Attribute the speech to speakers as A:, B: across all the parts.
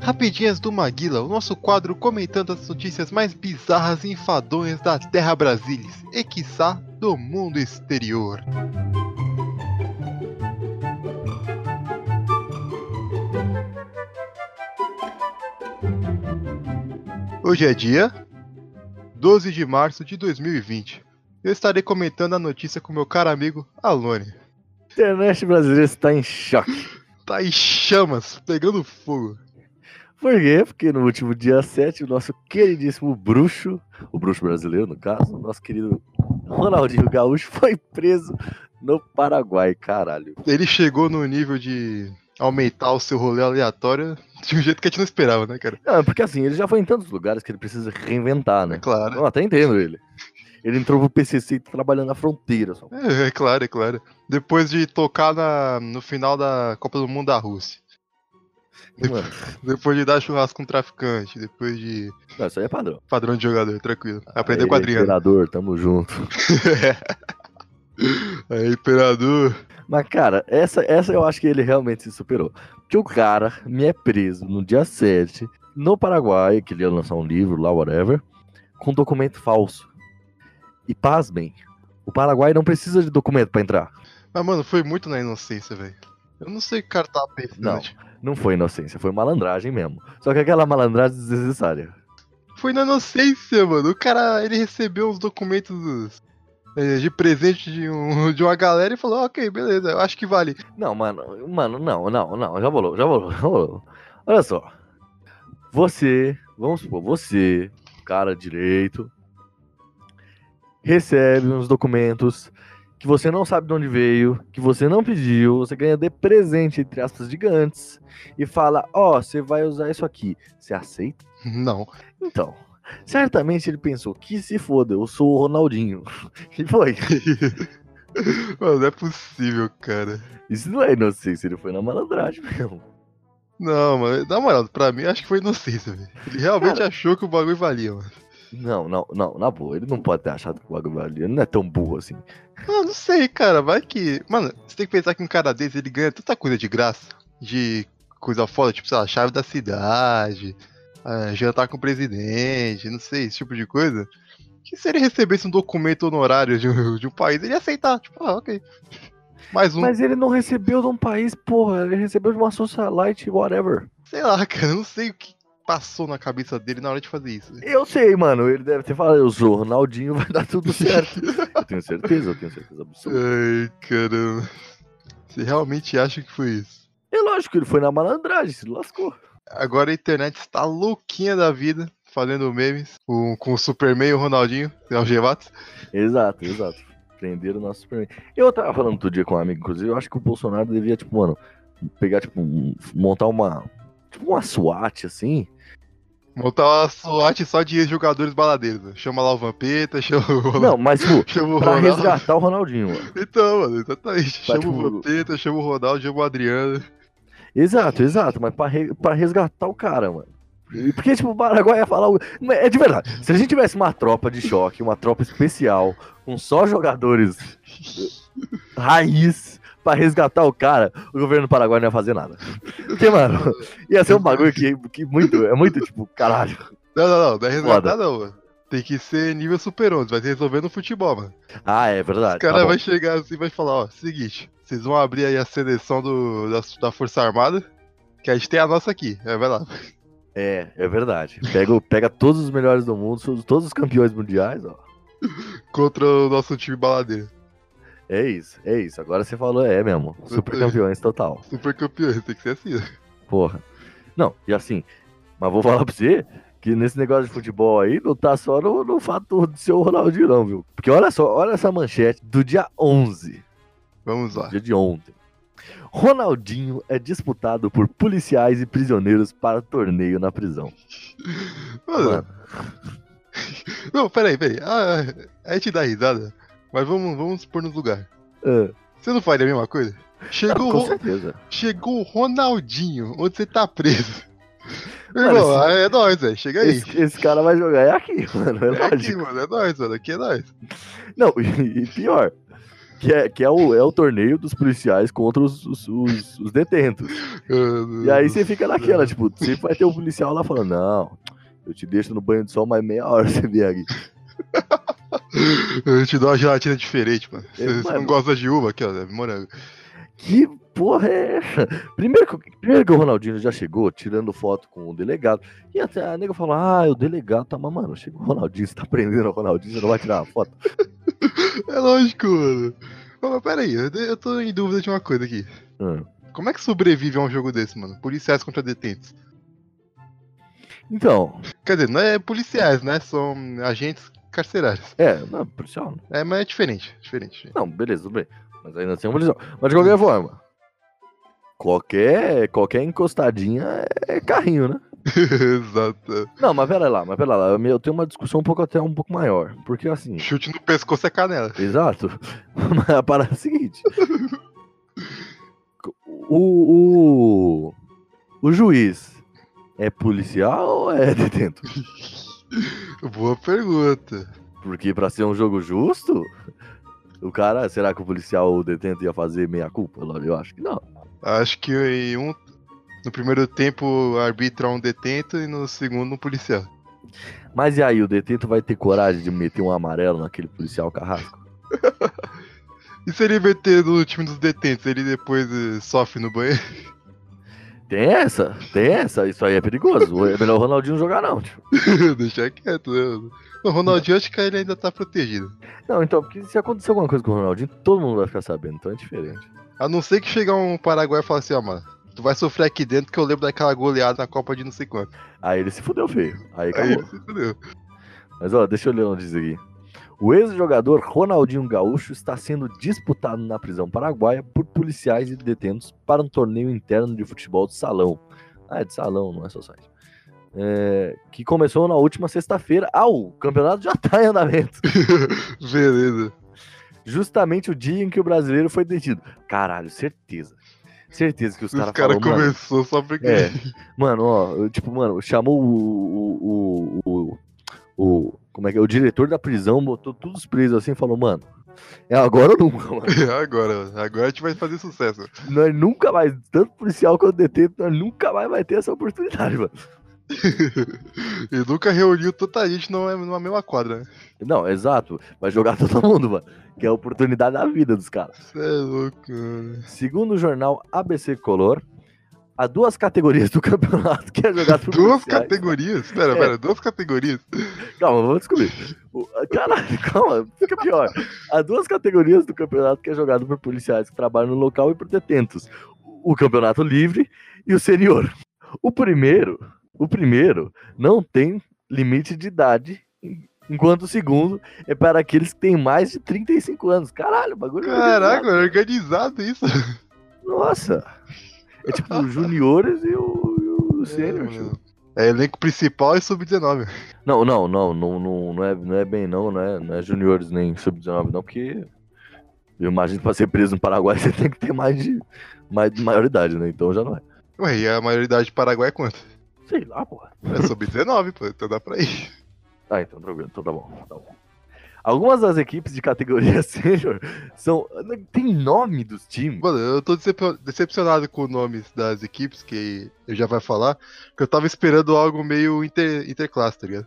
A: Rapidinhas do Maguila, o nosso quadro comentando as notícias mais bizarras e enfadonhas da Terra Brasilis e, quiçá, do mundo exterior. Hoje é dia 12 de março de 2020. Eu estarei comentando a notícia com meu caro amigo Alone.
B: internet brasileira está em choque.
A: Tá em chamas, pegando fogo.
B: Por quê? Porque no último dia 7, o nosso queridíssimo bruxo, o bruxo brasileiro no caso, o nosso querido Ronaldinho Gaúcho foi preso no Paraguai, caralho.
A: ele chegou no nível de aumentar o seu rolê aleatório de um jeito que a gente não esperava, né, cara?
B: Não, é porque assim, ele já foi em tantos lugares que ele precisa reinventar,
A: É
B: né?
A: claro.
B: Eu até entendo ele. Ele entrou pro PCC e tá trabalhando na fronteira só.
A: É, é claro, é claro. Depois de tocar na- no final da Copa do Mundo da Rússia.
B: Mano,
A: Depois de dar churrasco com traficante. Depois de
B: não, isso aí é padrão.
A: padrão de jogador, tranquilo. Aprendeu né?
B: Aí,
A: com Adriano.
B: Imperador, tamo junto.
A: Aí, imperador.
B: Mas, cara, essa, essa eu acho que ele realmente se superou. Porque o cara me é preso no dia 7, no Paraguai, que ele ia lançar um livro lá, whatever, com documento falso. E pasmem, o Paraguai não precisa de documento pra entrar.
A: Mas, mano, foi muito na inocência, velho. Eu não sei o que o cara tava pensando.
B: Não.
A: tipo.
B: Não foi inocência, foi malandragem mesmo. Só que aquela malandragem desnecessária.
A: Foi na inocência, mano. O cara, ele recebeu os documentos eh, de presente de, um, de uma galera e falou, ok, beleza, eu acho que vale.
B: Não, mano, mano, não, não, não, já rolou, já rolou, já rolou. Olha só. Você, vamos supor, você, cara direito, recebe uns documentos que você não sabe de onde veio, que você não pediu, você ganha de presente, entre aspas, gigantes, e fala, ó, você vai usar isso aqui. Você aceita?
A: Não.
B: Então, certamente ele pensou, que se foda, eu sou o Ronaldinho. E foi.
A: Mano, não é possível, cara.
B: Isso não é inocência, ele foi na malandragem mesmo.
A: Não, mano, na moral, pra mim acho que foi inocência, velho. Ele realmente
B: Cara-
A: achou que o bagulho valia, mano.
B: Não, não, não, na boa, ele não pode ter achado que o bagulho valia, ele não é tão burro assim.
A: Ah, Não, não sei, cara, vai que. Mano, você tem que pensar que um cara desse ele ganha tanta coisa de graça, de coisa foda, tipo, sei lá, chave da cidade, ah, jantar com o presidente, não sei, esse tipo de coisa. Que se ele recebesse um documento honorário de um, de um país, ele ia aceitar, tipo, ah, ok. Mais um,
B: Mas ele não recebeu de um país, porra, ele recebeu de uma socialite, whatever.
A: sei lá, cara, eu não sei o que passou na cabeça dele na hora de fazer isso. velho.
B: Eu sei, mano, ele deve ter falado, eu sou o Ronaldinho, vai dar tudo certo. eu tenho certeza, eu tenho certeza absoluta.
A: Ai, caramba. Você realmente acha que foi isso?
B: É lógico que ele foi na malandragem, se lascou.
A: Agora a internet está louquinha da vida, fazendo memes com, com o Superman e o Ronaldinho, algevados.
B: Exato, exato. Prenderam o nosso Superman. Eu tava falando todo dia com um amigo, inclusive, eu acho que o Bolsonaro devia, tipo, mano, pegar, tipo, um- montar uma, tipo, uma SWAT, assim,
A: Montar uma SWAT tá só de jogadores baladeiros. né? Chama lá o Vampeta, chama o Ronaldinho.
B: não, mas, tipo,
A: Chama o
B: pra
A: Ronaldo.
B: resgatar o Ronaldinho, mano.
A: Então, mano, exatamente.
B: Pra,
A: chama o
B: tipo,
A: Vampeta, chama o Ronaldo, chama o Adriano.
B: Exato, exato, mas pra, re- pra resgatar o cara, mano. E Porque, tipo, o Paraguai ia falar. o- Mas É de verdade. Se a gente tivesse uma tropa de choque, uma tropa especial, com só jogadores raiz pra resgatar o cara, o governo do Paraguai não ia fazer nada. Porque, mano, ia ser um bagulho que, que muito, é muito, tipo, caralho.
A: Não, não, não, não é resgatar
B: Foda.
A: não, mano. Tem que ser nível Super 11, vai se resolver no futebol, mano.
B: Ah, é
A: O
B: verdade. tá
A: cara
B: bom.
A: vai chegar assim e vai falar, ó, seguinte, você Vocês vão abrir aí a seleção do, da, da Força Armada, que a gente tem a nossa aqui. É, vai lá.
B: É, é verdade. Pega, pega todos os melhores do mundo, todos os campeões mundiais, ó.
A: Contra o nosso time baladeiro.
B: É isso, é isso. Agora você falou, é mesmo. Super campeões total.
A: Super campeões, tem que ser assim. né?
B: Porra. Não, e assim, mas vou falar pra você que nesse negócio de futebol aí não tá só no, no fator do seu Ronaldinho, não, viu? Porque olha só, olha essa manchete do dia 11,
A: Vamos lá.
B: dia de ontem. Ronaldinho é disputado por policiais e prisioneiros para torneio na prisão.
A: Mano, não, peraí, peraí. Ah, a gente dá risada, mas vamos, vamos pôr no lugar.
B: Ah,
A: Você não faria a mesma coisa? Chegou, o
B: com
A: Ro-
B: certeza.
A: chegou o Ronaldinho, onde você tá preso. Irmão,
B: esse-
A: é nóis, velho. Chega aí.
B: Esse, esse cara vai jogar é aqui, mano. É
A: É aqui,
B: lógico.
A: mano. É nóis, mano. Aqui é nóis.
B: Não, e, e pior. Que, é, que é, o, é o torneio dos policiais contra os, os, os- os detentos. E aí você fica naquela, tipo, sempre vai ter um policial lá falando, não, eu te deixo no banho de sol mais meia hora você vier aqui.
A: Eu te dou uma gelatina diferente, mano.
B: É,
A: Você não
B: mano.
A: gosta de uva aqui, ó. é Morango.
B: Que porra é essa? Primeiro que, primeiro que o Ronaldinho já chegou tirando foto com o delegado. E até a nega falou: Ah, o delegado tá, mas mano, chegou o Ronaldinho, você tá prendendo o Ronaldinho, você não vai tirar uma foto.
A: É lógico, mano. Ô, Mas peraí, eu, eu tô em dúvida de uma coisa aqui.
B: Hum.
A: Como é que sobrevive a um jogo desse, mano? Policiais contra detentos.
B: Então,
A: Quer dizer, não é policiais, né? São agentes carcerários.
B: é, não, policial,
A: É, mas é diferente, diferente.
B: Não, beleza, tudo bem. Mas ainda assim tem uma prisão. Mas de qualquer forma, qualquer, qualquer encostadinha é carrinho, né?
A: Exato.
B: Não, mas pera lá, mas pera lá. Eu tenho uma discussão um pouco até um pouco maior. Porque assim,
A: Chute no pescoço é canela.
B: exato. Mas a parada é a seguinte. O, o, o juiz é policial ou é detento?
A: Boa pergunta.
B: Porque pra ser um jogo justo, o cara, será que o policial ou o detento ia fazer meia culpa? Eu acho que não.
A: Acho que em um. No primeiro tempo arbitra um detento e no segundo um policial.
B: Mas e aí, o detento vai ter coragem de meter um amarelo naquele policial carrasco?
A: E se ele meter no time dos detentos, ele depois eh, sofre no banheiro?
B: Tem essa, tem essa, isso aí é perigoso. É melhor o Ronaldinho jogar, não, tio.
A: Deixar quieto, né? mano? O Ronaldinho, acho que ele ainda tá protegido.
B: Não, então, porque se acontecer alguma coisa com o Ronaldinho, todo mundo vai ficar sabendo, então é diferente.
A: A não ser que chegar um Paraguai e falar assim, ó, mano, tu vai sofrer aqui dentro que eu lembro daquela goleada na Copa de não sei quanto.
B: Aí ele se fudeu feio. Aí
A: Aí,
B: acabou.
A: você entendeu?
B: Mas ó, deixa eu ler onde diz aqui. O ex-jogador Ronaldinho Gaúcho está sendo disputado na prisão paraguaia por policiais e detentos para um torneio interno de futebol de salão. Ah, é de salão, não é society. É, que começou na última sexta-feira. Ah, o campeonato já está em andamento.
A: Beleza.
B: Justamente o dia em que o brasileiro foi detido. Caralho, certeza. Certeza que os
A: Os caras
B: caras cara falaram, mano,
A: começou só porque.
B: É. mano, ó, eu, tipo, mano, chamou o, o, o, o, o- como é que é? O diretor da prisão botou todos os presos assim e falou, mano, é agora ou nunca, mano.
A: agora, mano. agora a gente vai fazer sucesso.
B: Nós nunca mais, tanto policial quanto detento, nós nunca mais vai ter essa oportunidade, mano.
A: e nunca reuniu tanta gente numa, numa mesma quadra, né?
B: Não, exato, vai jogar todo mundo, mano. Que é a oportunidade da vida dos caras.
A: Você é louco, mano.
B: Segundo o jornal ABC Color, há duas categorias do campeonato que é jogado por
A: Duas
B: policiais.
A: categorias? Pera,
B: É.
A: pera, duas categorias?
B: Calma, vamos descobrir. O- Caralho, calma, fica pior. Há duas categorias do campeonato que é jogado por policiais que trabalham no local e por detentos. O campeonato livre e o senior. O primeiro, o primeiro não tem limite de idade, enquanto o segundo é para aqueles que têm mais de 35 anos. Caralho, o bagulho é
A: Caraca, mano, organizado isso.
B: organizado. Nossa. É tipo os juniores e o, e o sênior, tipo. tio.
A: mano. É elenco principal e sub-19.
B: Não, não, não, não, não, não é, não é bem não, não é, não é juniores nem sub-19 não, porque eu imagino que pra ser preso no Paraguai você tem que ter mais de, mais de maioridade, né? Então já não é.
A: Ué, e a maioridade do Paraguai é quanto?
B: Sei lá, porra.
A: É sub-19, pô, então dá pra ir.
B: Ah, então, tranquilo, então tá bom, tá bom. Algumas das equipes de categoria sênior são... Tem nome dos times?
A: Mano, eu tô decep- decepcionado com os nomes das equipes, que eu já vai falar, que eu tava esperando algo meio inter, interclasse, tá ligado?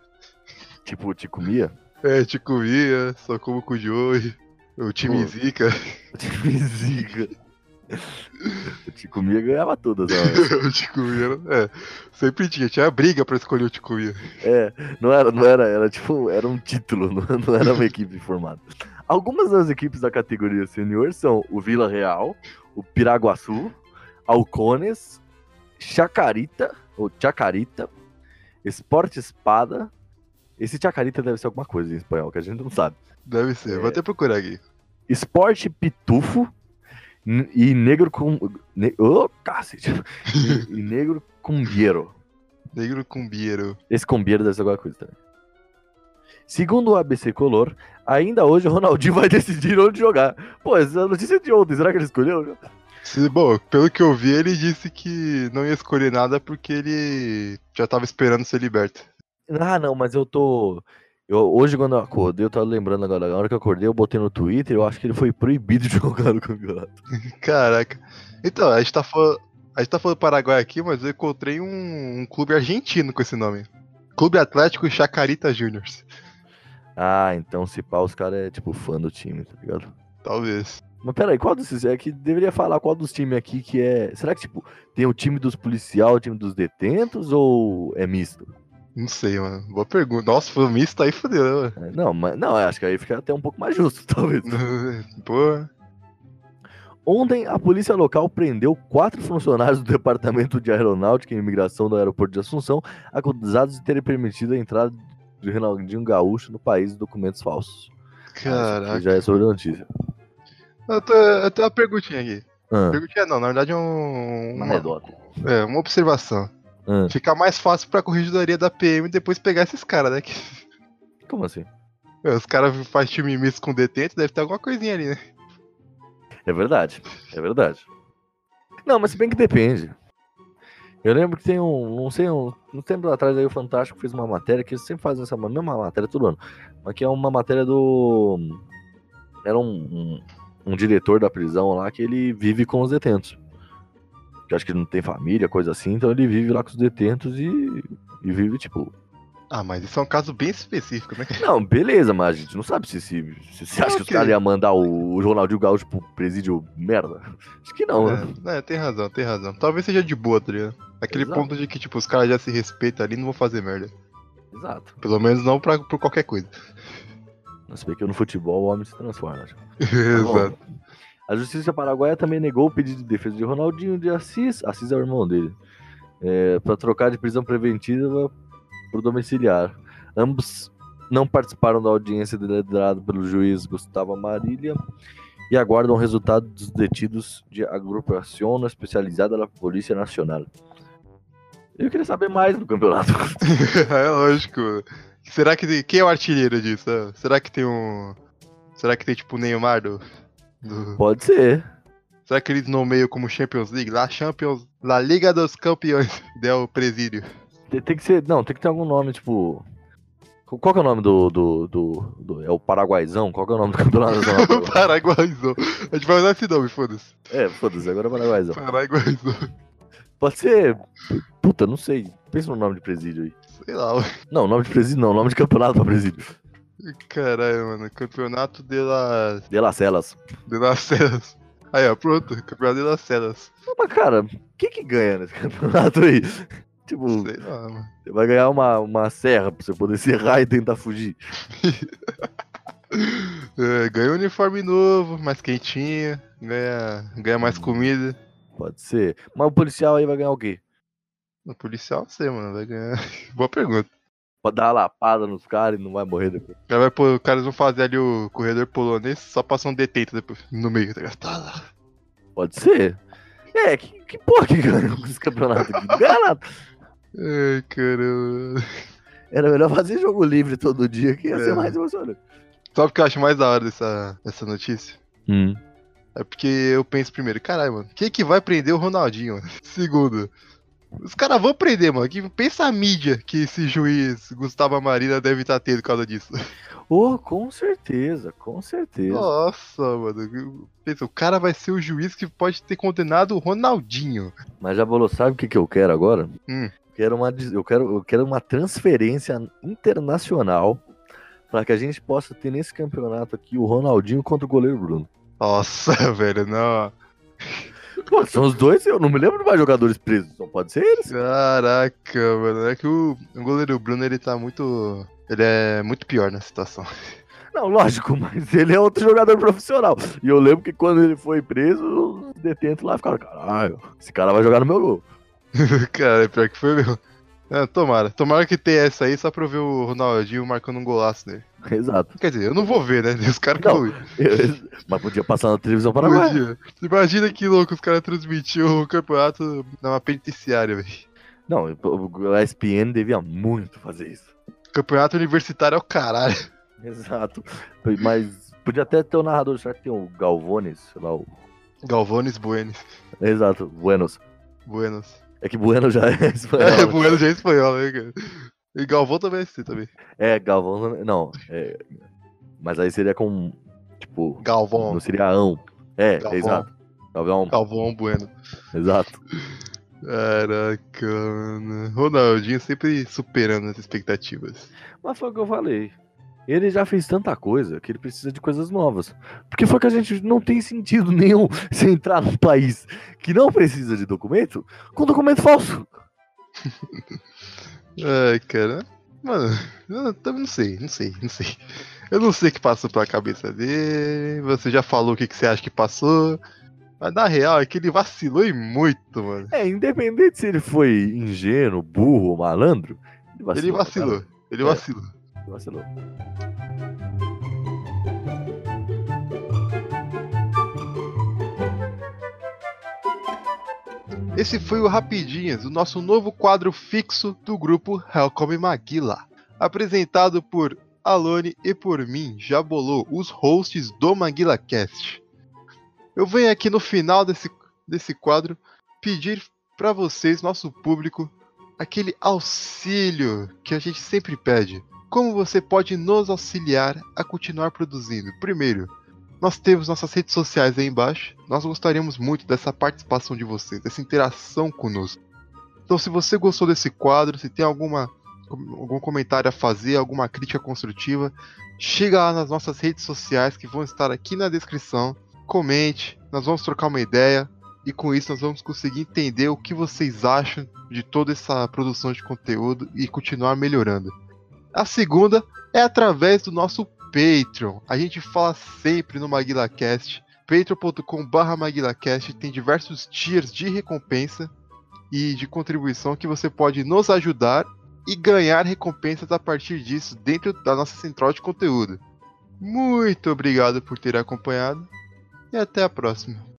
B: Tipo, Ticumia?
A: É, Ticumia, só como com o Joey, o time
B: Pô.
A: Zika.
B: Time Ziga. O Ticumia ganhava todas, né? ó.
A: o Ticuia era. É, sempre tinha, tinha briga pra escolher o Ticuia.
B: É, não era, não era, era tipo, era um título, não, não era uma equipe formada. Algumas das equipes da categoria senior são o Vila Real, o Piraguaçu, Alcones, Chacarita, ou Chacarita, Esporte Espada. Esse Chacarita deve ser alguma coisa em espanhol, que a gente não sabe.
A: Deve ser,
B: É.
A: vou até procurar aqui.
B: Esporte Pitufo n- e Negro com. Ne, oh, cacete! E, e Negro Cumbiero.
A: Negro Cumbieiro.
B: Esse combiero deve ser alguma coisa também. Segundo o ABC Color, ainda hoje o Ronaldinho vai decidir onde jogar. Pô, essa notícia é de ontem, será que ele escolheu?
A: Se- bom, pelo que eu vi, ele disse que não ia escolher nada porque ele já tava esperando ser liberto.
B: Ah, não, mas eu tô. eu- hoje, quando eu acordei, eu tava lembrando agora. Na hora que eu acordei, eu botei no Twitter, eu acho que ele foi proibido de jogar no campeonato.
A: Caraca. Então, a gente tá falando, a gente tá falando Paraguai aqui, mas eu encontrei um, um clube argentino com esse nome. Clube Atlético Chacarita Juniors.
B: Ah, então se pá, os caras é tipo fã do time, tá ligado?
A: Talvez.
B: Mas peraí, qual desses é que deveria falar qual dos times aqui que é. Será que, tipo, tem o time dos policial, o time dos detentos ou é misto?
A: Não sei, mano. Boa pergunta. Nossa, foi um misto aí, fodeu, né, mano?
B: É, Não, mas não, eu acho que aí fica até um pouco mais justo, talvez.
A: Boa.
B: Ontem, a polícia local prendeu quatro funcionários do Departamento de Aeronáutica e Imigração do Aeroporto de Assunção, acusados de terem permitido a entrada de Ronaldinho Gaúcho no país de documentos falsos. Isso
A: Caraca.
B: aqui já é sobre a notícia.
A: Eu tenho, eu tenho uma perguntinha aqui.
B: Ah,
A: Perguntinha não, na verdade é um.
B: uma
A: uma-
B: redota.
A: É, uma observação.
B: Ah.
A: Fica mais fácil pra corregedoria da PM depois pegar esses caras, né? Que- é,
B: Como assim?
A: Os caras fazem time misto com detento, deve ter alguma coisinha ali, né?
B: É verdade, é verdade. Não, mas se bem que depende. Eu lembro que tem um, não sei, um, um tempo atrás aí o Fantástico fez uma matéria que eles sempre fazem essa ma- mesma matéria todo ano, mas que é uma matéria do era um, um, um diretor da prisão lá que ele vive com os detentos. Que acho que ele não tem família, coisa assim, então ele vive lá com os detentos e, e vive tipo.
A: Ah, mas isso é um caso bem específico, né?
B: Não, beleza, mas a gente não sabe se se, se, se acha que os
A: Ok.
B: caras iam mandar o, o Ronaldinho Gaúcho pro presídio merda. Acho que não, né?
A: É, é, tem razão, tem razão. Talvez seja de boa, tá ligado? Aquele
B: Exato.
A: ponto de que, tipo, os caras já se respeitam ali e não vão fazer merda.
B: Exato.
A: Pelo menos não pra, por qualquer coisa.
B: Não se bem que no futebol o homem se transforma. acho. Tá bom.
A: Exato.
B: A justiça paraguaia também negou o pedido de defesa de Ronaldinho de Assis, Assis é o irmão dele, é, para trocar de prisão preventiva por domiciliar. Ambos não participaram da audiência liderada pelo juiz Gustavo Amarília e aguardam o resultado dos detidos de agrupação especializada da Polícia Nacional. Eu queria saber mais do campeonato.
A: é lógico. Será que tem... Quem é o artilheiro disso? né? Será que tem um... Será que tem, tipo, o Neymar do... do-
B: Pode ser.
A: Será que eles nomeiam como Champions League? Lá, Champions... La Liga dos Campeões. Del Presídio.
B: Tem, tem que ser. Não, tem que ter algum nome, tipo. qu- Qual que é o nome do. do, do, do- é o Paraguaizão? Qual que é o nome do campeonato nacional?
A: O
B: paraguaio?
A: Paraguaizou. A gente vai usar esse nome, foda-se.
B: É, foda-se, agora é Paraguaizão.
A: Paraguaizou.
B: Pode ser. Puta, não sei. Pensa no nome de presídio aí.
A: Sei lá,
B: Não, nome de presídio não, nome de campeonato pra presídio.
A: Caralho, mano. Campeonato de las,
B: De Las Celas.
A: de las Ceras. Aí, ó, pronto. Campeonato de las Ceras.
B: Mas, cara, quem que ganha nesse campeonato aí? Tipo,
A: Sei lá, mano.
B: você vai ganhar uma, uma serra pra você poder serrar e tentar fugir.
A: É, ganha um uniforme novo, mais quentinho. Ganha, ganha mais comida.
B: Pode ser. Mas o policial aí vai ganhar o quê?
A: O policial, não sei, mano. Vai ganhar. Boa pergunta.
B: Pra dar uma lapada nos caras e não vai morrer depois.
A: O cara vai pôr- Os caras vão fazer ali o corredor polonês, só passar um detento depois, no meio, tá ligado? Tá lá.
B: Pode ser. É, que, que porra que ganha esse campeonato aqui? Não ganha nada.
A: Ai, caramba.
B: Era melhor fazer jogo livre todo dia, que ia ser
A: É.
B: mais emocionante.
A: Sabe o que eu acho mais da hora dessa, dessa notícia? É porque eu penso primeiro, caralho, mano, quem é que vai prender o Ronaldinho? mano? Segundo, os caras vão prender, mano. Que, pensa a mídia que esse juiz Gustavo Amarina deve estar tendo por causa disso.
B: Oh, com certeza, com certeza.
A: Nossa, mano. Pensa, o cara vai ser o juiz que pode ter condenado o Ronaldinho.
B: Mas já falou, sabe o que, que eu quero agora?
A: Hum.
B: Quero uma, des- eu, quero, eu quero uma transferência internacional para que a gente possa ter nesse campeonato aqui o Ronaldinho contra o goleiro Bruno.
A: Nossa, velho, não.
B: Pô, são os dois, eu não me lembro de mais jogadores presos, só pode ser eles.
A: Caraca, mano. É que o, o goleiro Bruno, ele tá muito. Ele é muito pior na situação.
B: Não, lógico, mas ele é outro jogador profissional. E eu lembro que quando ele foi preso, os detentos lá ficaram, caralho, esse cara vai jogar no meu gol.
A: Cara, pior que foi meu. É, tomara. Tomara que tenha essa aí só pra eu ver o Ronaldinho marcando um golaço nele.
B: Exato.
A: Quer dizer, eu não vou ver, né? Os caras que
B: Não,
A: eu vi.
B: Eu- mas podia passar na televisão paraguaia.
A: Imagina. Imagina que louco os caras transmitiam o campeonato numa penitenciária, velho.
B: Não, a ESPN devia muito fazer isso.
A: Campeonato universitário é o caralho.
B: Exato. Mas podia até ter o narrador, será que tem o Galvones, sei lá, o...
A: Galvones Buenos.
B: Exato, Buenos.
A: Buenos.
B: É que Bueno já é
A: É,
B: espanhol.
A: Buenos já é espanhol, né, cara? E Galvão também é assim também.
B: É, Galvão, não. é- Mas aí seria com, tipo,
A: Galvão.
B: não seria Ão. É,
A: Galvão.
B: exato. Galvão,
A: Galvão Bueno.
B: exato.
A: Caraca, mano. Ronaldinho sempre superando as expectativas.
B: Mas foi o que eu falei. Ele já fez tanta coisa que ele precisa de coisas novas. Porque foi que a gente não tem sentido nenhum se entrar num país que não precisa de documento com documento falso.
A: Ai, cara. Mano, eu também não sei, não sei, não sei. Eu não sei o que passou pela cabeça dele. Você já falou o que, que você acha que passou. Mas na real é que ele vacilou e muito, mano.
B: É, independente se ele foi ingênuo, burro ou malandro, ele vacilou.
A: Ele vacilou. Ele
B: É.
A: vacilou.
B: cara. Vacilou.
A: Esse foi o Rapidinhas, o nosso novo quadro fixo do grupo Helcom Maguila. Apresentado por Alone e por mim, Jabolô, os hosts do MaguilaCast. Eu venho aqui no final desse, desse quadro pedir para vocês, nosso público, aquele auxílio que a gente sempre pede. Como você pode nos auxiliar a continuar produzindo? Primeiro, nós temos nossas redes sociais aí embaixo. Nós gostaríamos muito dessa participação de vocês, dessa interação conosco. Então, se você gostou desse quadro, se tem alguma, algum comentário a fazer, alguma crítica construtiva, chega lá nas nossas redes sociais que vão estar aqui na descrição. Comente, nós vamos trocar uma ideia e com isso nós vamos conseguir entender o que vocês acham de toda essa produção de conteúdo e continuar melhorando. A segunda é através do nosso Patreon. A gente fala sempre no MaguilaCast. patreon.com.br MaguilaCast tem diversos tiers de recompensa e de contribuição que você pode nos ajudar e ganhar recompensas a partir disso dentro da nossa central de conteúdo. Muito obrigado por ter acompanhado e até a próxima.